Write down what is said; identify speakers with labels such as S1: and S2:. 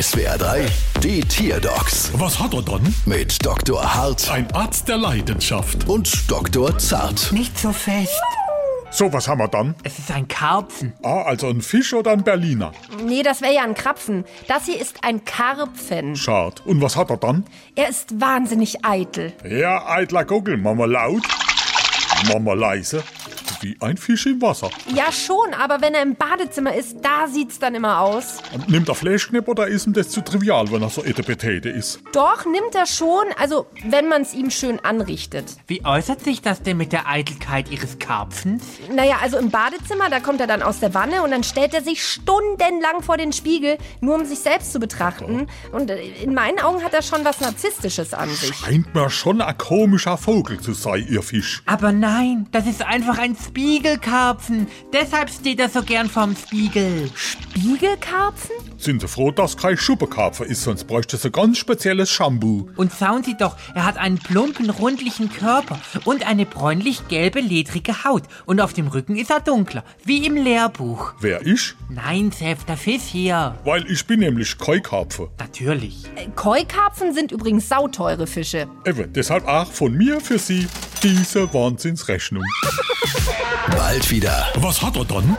S1: SWR 3, die Tierdocs
S2: Was hat er dann?
S1: mit Dr. Hart
S2: Ein Arzt der Leidenschaft.
S1: und Dr. Zart.
S3: Nicht so fest.
S2: So, was haben wir dann?
S3: Es ist ein Karpfen.
S2: Ah, also ein Fisch oder ein Berliner?
S4: Nee, das wäre ja ein Krapfen. Das hier ist ein Karpfen.
S2: Schad. Und was hat er dann?
S4: Er ist wahnsinnig eitel.
S2: Ja, eitler Gugel, Mama laut, Mama leise. Wie ein Fisch im Wasser.
S4: Ja, schon, aber wenn er im Badezimmer ist, da sieht's dann immer aus.
S2: Und nimmt er Fleischknepp oder ist ihm das zu trivial, wenn er so etepetete ist?
S4: Doch, nimmt er schon, also wenn man es ihm schön anrichtet.
S3: Wie äußert sich das denn mit der Eitelkeit Ihres Karpfens?
S4: Naja, also im Badezimmer, da kommt er dann aus der Wanne und dann stellt er sich stundenlang vor den Spiegel, nur um sich selbst zu betrachten. Und äh, in meinen Augen hat er schon was Narzisstisches an sich.
S2: Scheint mir schon ein komischer Vogel zu sein, ihr Fisch.
S3: Aber nein, das ist einfach ein Spiegelkarpfen. Deshalb steht er so gern vorm Spiegel.
S4: Spiegelkarpfen?
S2: Sind sie froh, dass kein Schuppenkarpfen ist, sonst bräuchte sie ganz spezielles Shampoo.
S3: Und schauen Sie doch, er hat einen plumpen, rundlichen Körper und eine bräunlich-gelbe, ledrige Haut. Und auf dem Rücken ist er dunkler, wie im Lehrbuch.
S2: Wer ich?
S3: Nein, Chef, der Fisch hier.
S2: Weil ich bin nämlich kein Karpfen.
S3: Natürlich.
S4: Äh, Koi-Karpfen sind übrigens sauteure Fische.
S2: Eben, deshalb auch von mir für Sie diese Wahnsinnsrechnung.
S1: Bald wieder.
S2: Was hat er dann?